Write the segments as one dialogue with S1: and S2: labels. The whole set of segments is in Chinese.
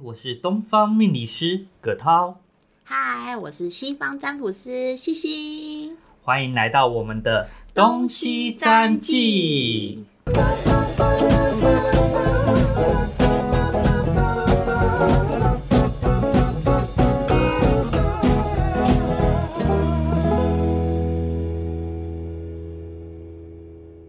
S1: 我是东方命理师葛涛，
S2: 嗨，我是西方占卜师西西。
S1: 欢迎来到我们的
S2: 东西占记。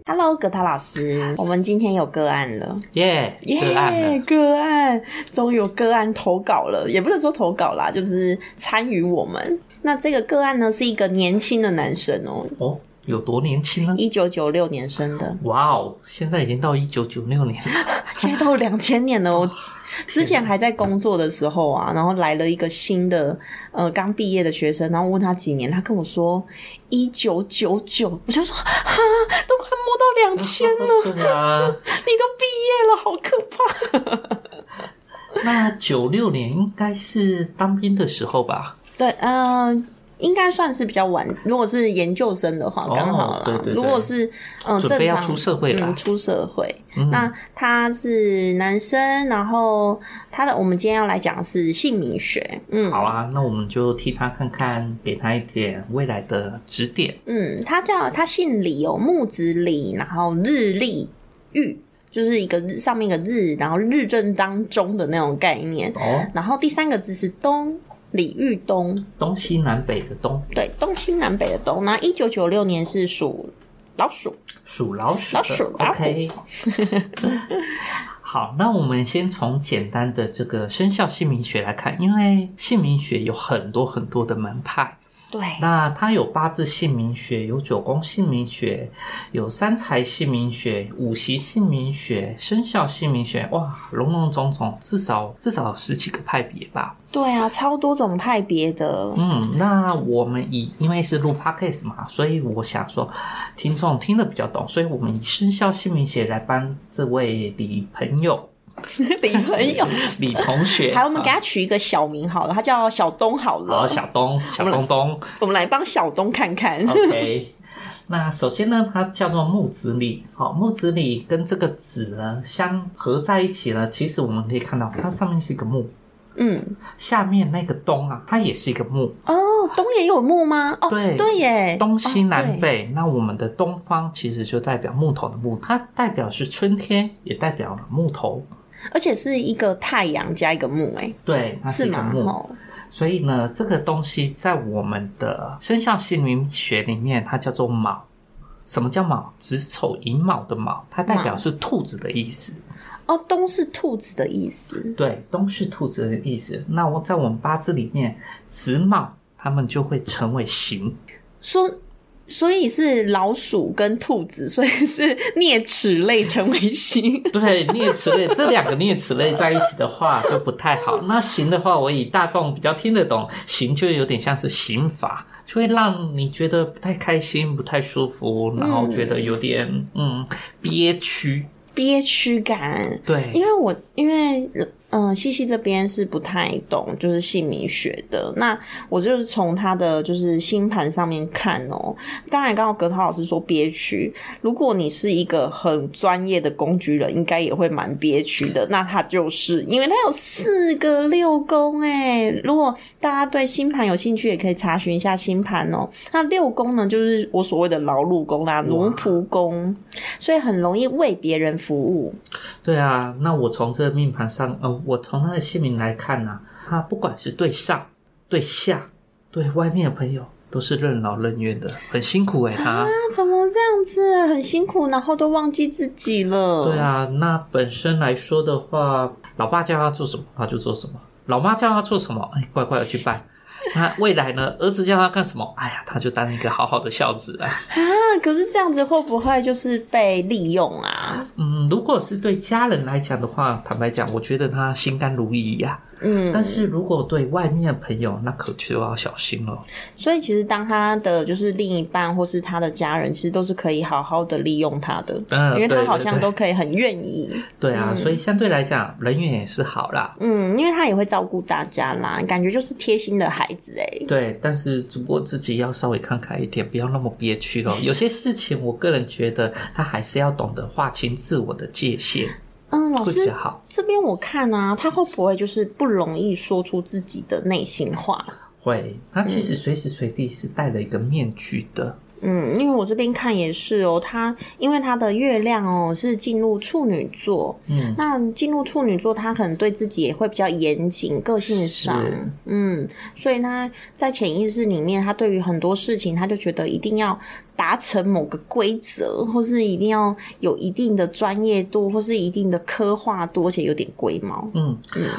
S2: Hello，葛涛老师，我们今天有个案了，
S1: 耶，
S2: 耶、
S1: 个案啊了，
S2: 个案终于有个案投稿了，也不能说投稿啦，就是参与我们。那这个个案呢，是一个年轻的男生哦、
S1: 哦，有多年轻呢？
S2: 一九九六年生的，
S1: 哇哦，现在已经到一九九六年了，
S2: 现在都两千年了。我哦
S1: 哦
S2: 之前还在工作的时候啊，然后来了一个新的呃刚毕业的学生，然后问他几年，他跟我说一九九九，我就说哈，都快摸到两千 了，
S1: 对啊，
S2: 你都毕业了，好可怕！
S1: 那九六年应该是当兵的时候吧？
S2: 对，嗯、应该算是比较晚。如果是研究生的话，
S1: 哦
S2: 刚好啦。
S1: 对对对
S2: 如果是嗯、呃
S1: 准备要
S2: 正常
S1: 出社会啦
S2: 嗯，出社会。
S1: 嗯
S2: 那他是男生，然后他的我们今天要来讲的是姓名学。嗯，
S1: 好啊，那我们就替他看看，给他一点未来的指点。
S2: 嗯，他叫他姓李哦，木子李，然后日历玉，就是一个日上面一个日，然后日正当中的那种概念。
S1: 哦，
S2: 然后第三个字是东，李玉东，
S1: 东西南北的东，
S2: 对，东西南北的东。那一九九六年是属老鼠，
S1: 属老鼠的，
S2: 老鼠老虎
S1: OK。好，那我们先从简单的这个生肖姓名学来看，因为姓名学有很多很多的门派。
S2: 对，
S1: 那它有八字姓名学，有九宫姓名学，有三才姓名学，五行姓名学，生肖姓名学，哇，笼笼总总，至少至少有十几个派别吧。
S2: 对啊，超多种派 别的。
S1: 嗯，那我们以因为是录 podcast 嘛，所以我想说，听众听得比较懂，所以我们以生肖姓名学来帮这位李朋友、
S2: 李朋 友，
S1: 李同 学，
S2: 还有我们给
S1: 啊
S2: 他取一个小名好了，他叫小东好
S1: 好
S2: 了。
S1: 小东、小东东
S2: 我们来帮小东看看。
S1: ，OK。那 首先呢，它叫做木子李，好、木子李跟这个子呢相合在一起呢，其实我们可以看到它上面是一个木，
S2: 嗯，
S1: 下面那个东啊，它也是一个木，
S2: 哦，东也有木吗？哦，
S1: 对
S2: 对耶，
S1: 东西
S2: 哦
S1: 南
S2: 对
S1: 北，那我们的东方其实就代表木头的木，它代表是春天，也代表了木头。
S2: 而且是一个太阳加一个木，哎，
S1: 对，它是一个
S2: 吗？
S1: 木，
S2: 哦，
S1: 所以呢，这个东西在我们的生肖姓名学里面，它叫做卯。什么叫卯？子丑寅卯的卯，它代表
S2: 卯
S1: 是兔子的意思。
S2: 哦，东是兔子的意思。
S1: 对，东是兔子的意思。那我在我们八字里面，子卯它们就会成为刑。
S2: 说，所以是老鼠跟兔子，所以是啮齿类成为形。
S1: 对，啮齿类这两个啮齿类在一起的话就不太 好。那刑的话，我以大众比较听得懂，刑就有点像是刑罚，就会让你觉得不太开心、不太舒服，然后觉得有点嗯憋屈。
S2: 憋屈感，因
S1: 对，
S2: 为我因为嗯，西西这边是不太懂，就是姓名学的。那我就是从他的就是星盘上面看哦。刚才刚好葛涛老师说憋屈，如果你是一个很专业的工具人，应该也会蛮憋屈的。那他就是因为他有四个六宫哎，如果大家对星盘有兴趣，也可以查询一下星盘哦。那六宫呢，就是我所谓的劳碌宫啦、奴仆宫，所以很容易为别人服务。
S1: 对啊。那我从这个命盘上，呃，我从他的姓名来看呢、他不管是对上、对下、对外面的朋友，都是任劳任怨的，很辛苦诶、他。
S2: 那怎么这样子？很辛苦，然后都忘记自己了。
S1: 对，啊，那本身来说的话，老爸叫他做什么，他就做什么；老妈叫他做什么，哎，乖乖的去办。那未来呢，儿子叫他干什么，哎呀，他就当一个好好的孝子啊。
S2: 啊，可是这样子会不会就是被利用啊？
S1: 嗯，如果是对家人来讲的话，坦白讲，我觉得他心甘如饴呀、
S2: 嗯，
S1: 但是如果对外面的朋友，那可就要小心了。
S2: 所以其实当他的就是另一半或是他的家人，其实都是可以好好的利用他的，
S1: 嗯，
S2: 因为他
S1: 对
S2: 好
S1: 对
S2: 像
S1: 对
S2: 都嗯可以很愿意。
S1: 对啊，所以相对来讲，人缘也是好啦。
S2: 嗯，因为他也会照顾大家啦，感觉就是贴心的孩子哎、
S1: 对，但是只不过自己要稍微看开一点，不要那么憋 屈咯。有些事情，我个人觉得他还是要懂得划清自我的界限。
S2: 嗯，老
S1: 会
S2: 师
S1: 比较好。
S2: 这边我看啊，他会不会就是不容易说出自己的内心话？
S1: 会，他其实随时随地是戴了一个面具的。
S2: 嗯，因为我这边看也是哦，他因为他的月亮哦是进入处女座，
S1: 嗯，
S2: 那进入处女座，他可能对自己也会比较严谨，个性上
S1: 是，
S2: 嗯，所以他在潜意识里面，他对于很多事情，他就觉得一定要达成某个规则，或是一定要有一定的专业度，或是一定的刻画度，而且有点龟毛。
S1: 嗯，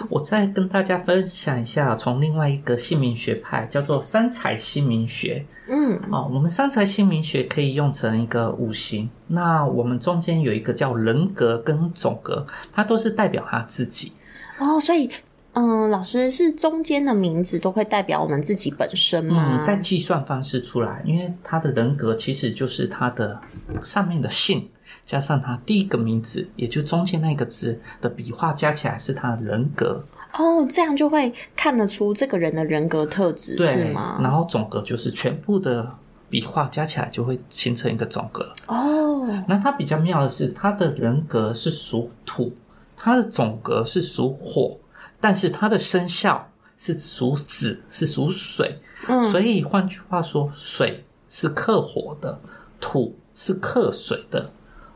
S1: 我再跟大家分享一下，从另外一个姓名学派叫做三彩姓名学
S2: 嗯
S1: 哦。我们三彩姓名学可以用成一个五行，那我们中间有一个叫人格跟总格，它都是代表他自己。
S2: 哦，所以嗯，老师是中间的名字都会代表我们自己本身吗？
S1: 嗯，在计算方式出来，因为他的人格其实就是他的上面的姓加上他第一个名字，也就中间那个字的笔画加起来是他的人格。
S2: 哦，这样就会看得出这个人的人格特质是
S1: 对，
S2: 吗？
S1: 然后总格就是全部的笔画加起来就会形成一个总格。
S2: 哦，
S1: 那它比较妙的是，它的人格是属土，它的总格是属火，但是它的生肖是属子，是属水。
S2: 嗯
S1: 所以换句话说，水是克火的，土是克水的。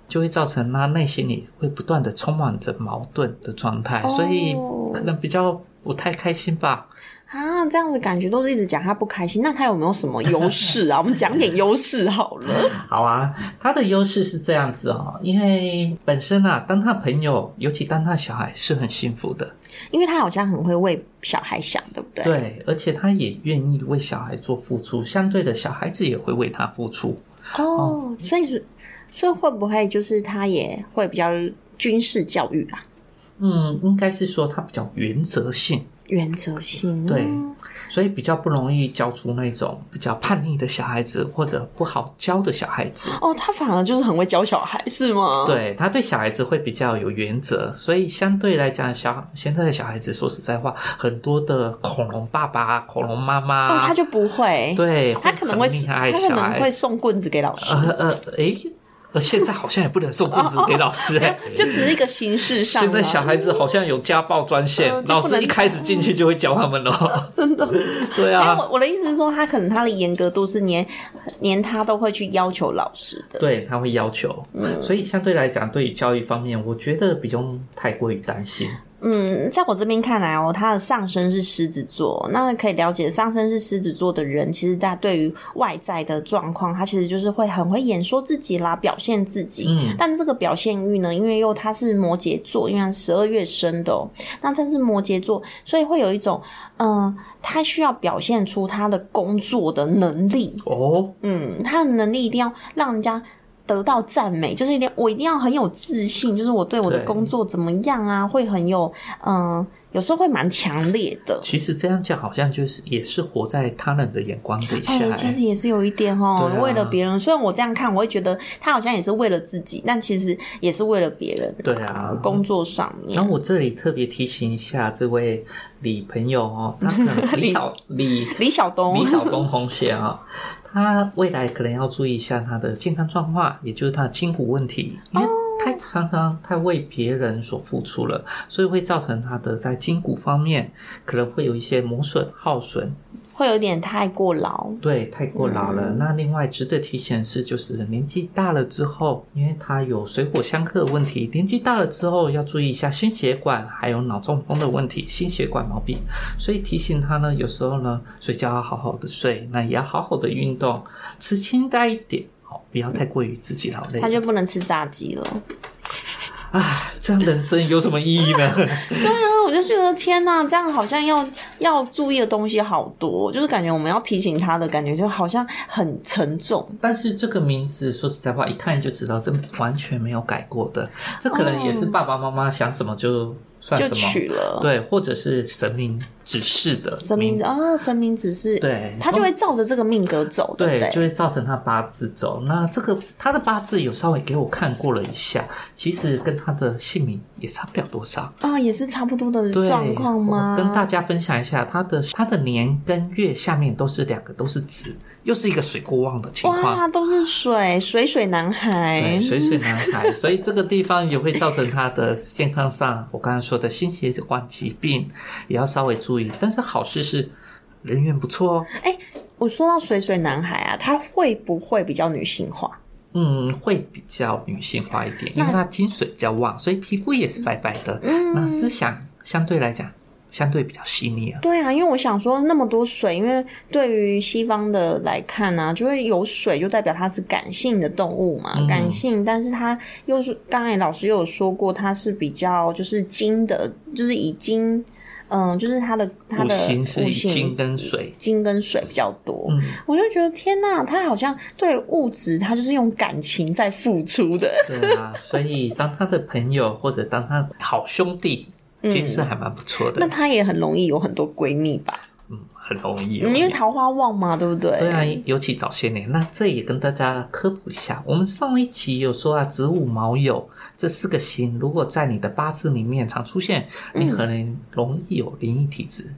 S1: 就会造成他内心里会不断的充满着矛盾的状态，
S2: 哦
S1: 所以可能比较不太开心吧。
S2: 啊，这样的感觉都是一直讲他不开心，那他有没有什么优势啊？我们 讲点优势好了。
S1: 好啊，他的优势是这样子哦，因为本身啊，当他朋友，尤其当他小孩是很幸福的，
S2: 因为他好像很会为小孩想，对不对？，
S1: 对，而且他也愿意为小孩做付出，相对的小孩子也会为他付出。
S2: 哦，所以是，所以会不会就是他也会比较军事教育啊？
S1: 嗯，应该是说他比较原则性，
S2: 原则性
S1: 对
S2: 嗯
S1: 所以比较不容易教出那种比较叛逆的小孩子或者不好教的小孩子。
S2: 哦，他反而就是很会教小孩，是吗？，
S1: 对，他对小孩子会比较有原则，所以相对来讲，小现在的小孩子说实在话，很多的恐龙爸爸啊、恐龙妈妈
S2: 哦，
S1: 啊，
S2: 他就不会，，
S1: 对，
S2: 他可能会，
S1: 很厉害
S2: 他可
S1: 小
S2: 能会
S1: 孩。
S2: 送棍子给老师，
S1: 呃呃，诶，呃，现在好像也不能送棍子给老师、诶。
S2: 就只是一个形式上嘛。
S1: 现在小孩子好像有家暴专线，
S2: 嗯就不
S1: 老
S2: 能
S1: 师一开始进去就会教他们哦。真的？ 对
S2: 因为
S1: 啊，
S2: 我我的意思是说，他可能他的严格度是连连他都会去要求老师的。
S1: 对，他会要求，
S2: 嗯
S1: 所以相对来讲，对于教育方面，我觉得不用太过于担心。
S2: 嗯，在我这边看来哦，他的上身是狮子座，那可以了解上身是狮子座的人，其实他对于外在的状况，他其实就是会很会演说自己啦，表现自己。
S1: 嗯
S2: 但这个表现欲呢，因为又他是摩羯座，因为他十二月生的、哦，那他是摩羯座，所以会有一种，嗯、他需要表现出他的工作的能力。
S1: 哦，
S2: 嗯，他的能力一定要让人家得到赞美，就是一定我一定要很有自信，就是我对我的
S1: 对
S2: 工作怎么样啊，会很有嗯、有时候会蛮强烈的。
S1: 其实这样讲好像就是也是活在他人的眼光底下、欸
S2: 哎、其实也是有一点哦，
S1: 对啊
S2: 为了别人。虽然我这样看，我会觉得他好像也是为了自己，但其实也是为了别人。
S1: 对啊
S2: 工作上
S1: 然
S2: 面，
S1: 后我这里特别提醒一下这位李朋友哦，他可能李小李
S2: 李晓东
S1: 李，晓东同学啊、 他未来可能要注意一下他的健康状况，也就是他的筋骨问题，因为他常常太为别人所付出了，所以会造成他的在筋骨方面可能会有一些磨损、耗损，
S2: 会有点太过劳。
S1: 对，太过劳了。
S2: 嗯
S1: 那另外值得提醒的是，就是年纪大了之后，因为他有水火相克的问题，年纪大了之后要注意一下心血管还有脑中风的问题，心血管毛病。所以提醒他呢，有时候呢睡觉要好好的睡，那也要好好的运动，吃清淡一点。好，不要太过于自己劳累，
S2: 他就不能吃炸鸡了。
S1: 这样人生有什么意义呢？
S2: 啊，我就觉得天呐，这样好像要要注意的东西好多，就是感觉我们要提醒他的感觉，就好像很沉重。
S1: 但是这个名字，说实在话，一看就知道这完全没有改过的。这可能也是爸爸妈妈想什么就算
S2: 哦就
S1: 什么，
S2: 取了，
S1: 对，或者是神明指示的
S2: 神明
S1: 命
S2: 啊，神明只是
S1: 对
S2: 他就会照着这个命格走，对不
S1: 对，
S2: 对？
S1: 就会造成他八字走。那这个他的八字有稍微给我看过了一下，其实跟他的姓名也差不了多少。
S2: 啊，也是差不多的
S1: 对，
S2: 状况吗？
S1: 我跟大家分享一下，他的他的年跟月下面都是两个都是子，又是一个水过旺的情况。
S2: 哇，都是水，水水男孩
S1: 对，，水水 男孩，所以这个地方也会造成他的健康上，我刚才说的心血管疾病也要稍微注意。但是好事是人缘不错哦，
S2: 哎、我说到水水男孩啊，他会不会比较女性化？
S1: 嗯，会比较女性化一点，因为
S2: 那
S1: 他金水比较旺，所以皮肤也是白白的，
S2: 嗯
S1: 那思想相对来讲相对比较细腻啊。
S2: 对啊，因为我想说那么多水，因为对于西方的来看呢、啊，就会有水就代表它是感性的动物嘛，
S1: 嗯
S2: 感性，但是它又是刚才老师又有说过，它是比较就是金的，就是以金，嗯，就是它的它
S1: 五
S2: 的
S1: 行是
S2: 五
S1: 以
S2: 行
S1: 金跟水，
S2: 金跟水比较多。
S1: 嗯，
S2: 我就觉得天呐，他好像对物质，他就是用感情在付出的。
S1: 对 啊，所以当他的朋友或者当他好兄弟，其实还蛮不错的
S2: 嗯 那，她也很容易有很多闺蜜吧？
S1: 嗯，很容易哦、
S2: 嗯因为桃花旺嘛，对不对？
S1: 对啊，尤其早些年，那这也跟大家科普一下，我们上一期有说啊，子午卯酉这四个星，如果在你的八字里面常出现，
S2: 嗯
S1: 你可能容易有灵异体质，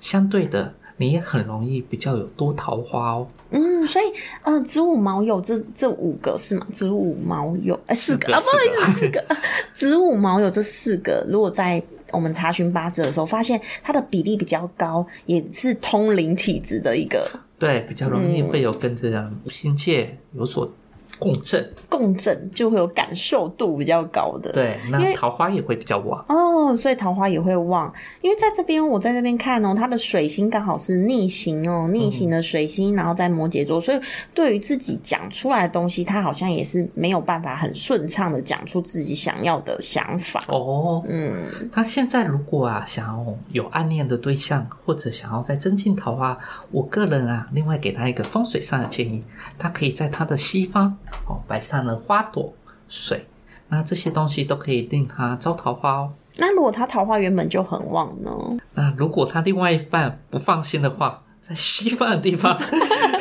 S1: 相对的，你也很容易比较有多桃花哦。
S2: 嗯，所以呃，子午卯酉这这五个是吗？子午卯酉，哎，四
S1: 四
S2: 个
S1: 个
S2: 啊，不好意思，四个。 子午卯酉这四个，如果在我们查询八字的时候，发现它的比例比较高，也是通灵体质的一个
S1: 对，比较容易会有跟这样星界有所共振。
S2: 共振，就会有感受度比较高的。
S1: 对，
S2: 因
S1: 那
S2: 为
S1: 桃花也会比较旺。
S2: 哦，所以桃花也会旺，因为在这边我在这边看哦，它的水星刚好是逆行哦，逆行的水星，然后在摩羯座，所以对于自己讲出来的东西，他好像也是没有办法很顺畅的讲出自己想要的想法。
S1: 哦，
S2: 嗯，
S1: 他现在如果啊想要有暗恋的对象，或者想要再增进桃花，我个人啊，另外给他一个风水上的建议，他可以在他的西方哦摆上了花朵、水，那这些东西都可以令他招桃花哦。
S2: 那如果他桃花原本就很旺呢？
S1: 那如果他另外一半不放心的话，在西方的地方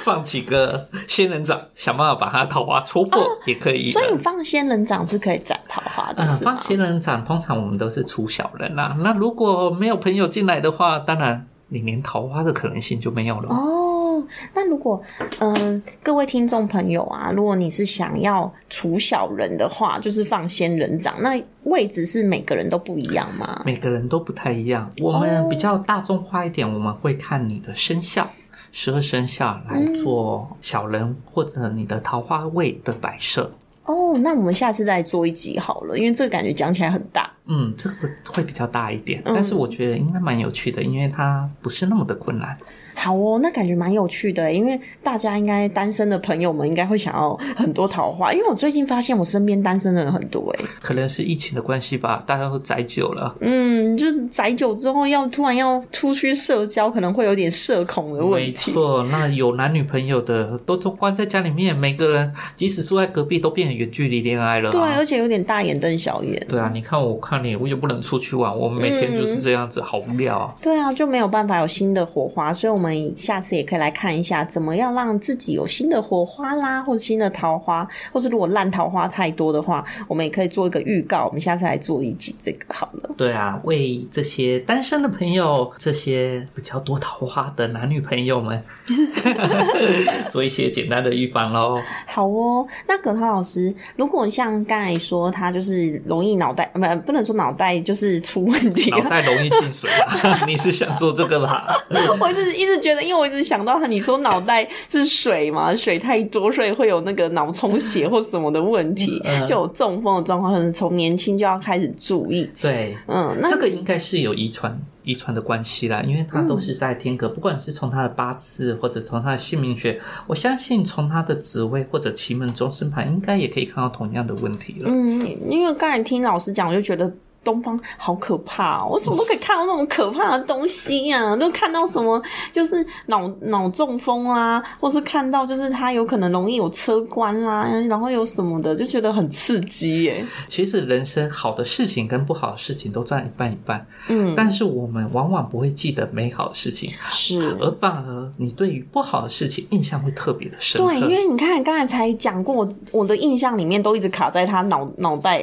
S1: 放几个仙人掌，想办法把他桃花戳破、也可以的。
S2: 所以放仙人掌是可以斩桃花的，
S1: 啊，
S2: 是
S1: 放
S2: 吗？
S1: 仙人掌通常我们都是出小人啦、那如果没有朋友进来的话，当然你连桃花的可能性就没有了。
S2: 哦，那如果嗯、各位听众朋友啊，如果你是想要除小人的话，就是放仙人掌，那位置是每个人都不一样吗？
S1: 每个人都不太一样，
S2: 哦
S1: 我们比较大众化一点，我们会看你的生肖。十二生肖来做小人或者你的桃花位的摆设，
S2: 哦，那我们下次再做一集好了，因为这个感觉讲起来很大。
S1: 嗯，这个会比较大一点，
S2: 嗯
S1: 但是我觉得应该蛮有趣的，因为它不是那么的困难。
S2: 好哦，那感觉蛮有趣的，因为大家应该单身的朋友们应该会想要很多桃花，因为我最近发现我身边单身的人很多哎，
S1: 可能是疫情的关系吧，大家都宅久了，
S2: 嗯，就是宅久之后要突然要出去社交，可能会有点社恐的问
S1: 没
S2: 题。
S1: 错，那有男女朋友的都都关在家里面，每个人即使住在隔壁，都变成远距离恋爱了、
S2: 对，
S1: 啊。
S2: 而且有点大眼瞪小眼。
S1: 对啊，你看我看你，我也不能出去玩，我们每天就是这样子，好无聊啊。
S2: 对啊，就没有办法有新的火花，所以我们下次也可以来看一下，怎么样让自己有新的火花啦，或者新的桃花，或是如果烂桃花太多的话，我们也可以做一个预告，我们下次来做一集这个好了。
S1: 对啊，为这些单身的朋友，这些比较多桃花的男女朋友们，做一些简单的预防喽。
S2: 好哦，那葛涛老师，如果像刚才说他就是容易脑袋，不、不能说脑袋就是出问题
S1: 脑
S2: 啊，
S1: 袋容易进水啊，你是想做这个吧？
S2: 我一直一直觉得，因为我一直想到他，你说脑袋是水嘛，水太多，所以会有那个脑充血或什么的问题，
S1: 嗯
S2: 就有中风的状况，可能从年轻就要开始注意。
S1: 对，
S2: 嗯，那
S1: 这个应该是有遗传遗传的关系啦，因为它都是在天
S2: 嗯
S1: 格，不管是从他的八字或者从他的姓名学，我相信从他的紫位或者奇门终身盘，应该也可以看到同样的问题了。
S2: 嗯，因为刚才听老师讲，我就觉得。东方好可怕哦，我什么都可以看到那种可怕的东西啊，都看到什么就是脑脑中风啊，或是看到就是他有可能容易有车关啦、然后有什么的，就觉得很刺激耶。
S1: 其实人生好的事情跟不好的事情都占一半一半，
S2: 嗯，
S1: 但是我们往往不会记得美好的事情，
S2: 是。
S1: 而反而你对于不好的事情印象会特别的深刻。
S2: 对，因为你看刚才才讲过，我我的印象里面都一直卡在他脑脑袋。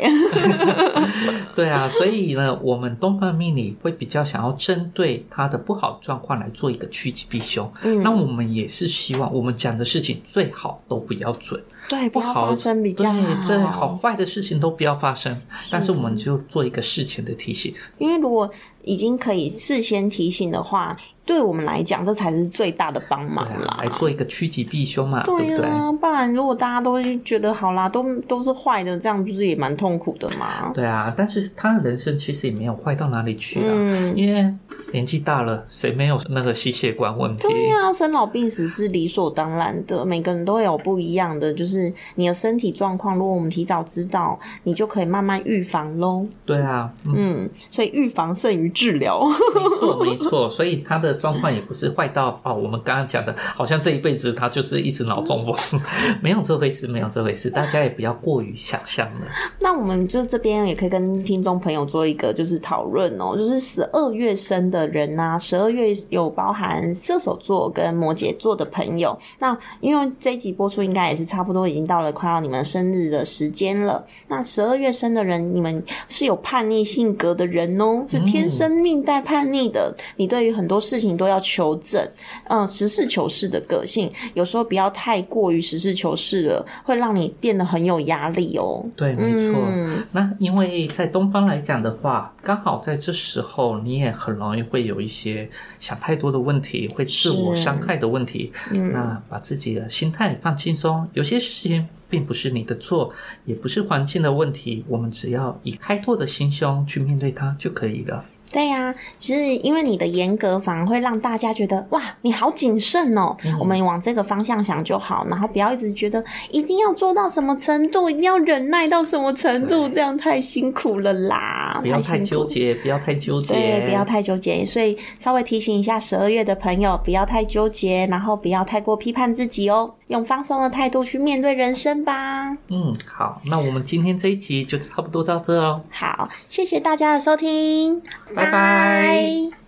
S1: 对啊，所以呢，我们东方命理会比较想要针对它的不好状况来做一个趋吉避凶。
S2: 嗯
S1: 那我们也是希望我们讲的事情最好都不要准，
S2: 对，不
S1: 不
S2: 要
S1: 好
S2: 发生比较
S1: 对，最好坏的事情都不要发生。但是我们就做一个事前的提醒，
S2: 因为如果已经可以事先提醒的话，对我们来讲，这才是最大的帮忙
S1: 对啊
S2: 啦。
S1: 来做一个趋吉避凶嘛，
S2: 对
S1: 不对？
S2: 啊，不然如果大家都觉得好啦，都都是坏的，这样不是也蛮痛苦的吗？
S1: 对啊，但是他的人生其实也没有坏到哪里去啊，
S2: 嗯
S1: 因为年纪大了，谁没有那个心血管问题？
S2: 对啊，生老病死是理所当然的，每个人都有不一样的，就是你的身体状况，如果我们提早知道，你就可以慢慢预防喽。
S1: 对啊，嗯
S2: 嗯，所以预防胜于治疗。
S1: 没错，没错，所以他的状况也不是坏到哦，我们刚刚讲的，好像这一辈子他就是一直脑中风， 没有这回事，没有这回事，大家也不要过于想象了。
S2: 那我们就这边也可以跟听众朋友做一个就是讨论哦，就是十二月生的人呐、啊，十二月有包含射手座跟摩羯座的朋友，那因为这一集播出应该也是差不多已经到了快要你们生日的时间了。那十二月生的人，你们是有叛逆性格的人哦，是天生命带叛逆的，你对于很多事情都要求证，嗯，实事求是的个性，有时候不要太过于实事求是了，会让你变得很有压力哦。
S1: 对，没错。
S2: 嗯
S1: 那因为在东方来讲的话，刚好在这时候，你也很容易会有一些想太多的问题，会自我伤害的问题。那把自己的心态放轻松，有些事情并不是你的错，也不是环境的问题，我们只要以开拓的心胸去面对它就可以了。
S2: 对呀、其实因为你的严格反而会让大家觉得哇，你好谨慎哦。
S1: 嗯
S2: 我们往这个方向想就好，然后不要一直觉得一定要做到什么程度，一定要忍耐到什么程度，这样太辛苦了啦。
S1: 不要太
S2: 辛苦
S1: 纠结，不要太纠结，
S2: 对，不要太纠结。所以稍微提醒一下十二月的朋友，不要太纠结，然后不要太过批判自己哦，用放松的态度去面对人生吧。
S1: 嗯，好，那我们今天这一集就差不多到这哦。
S2: 好，谢谢大家的收听，
S1: 拜拜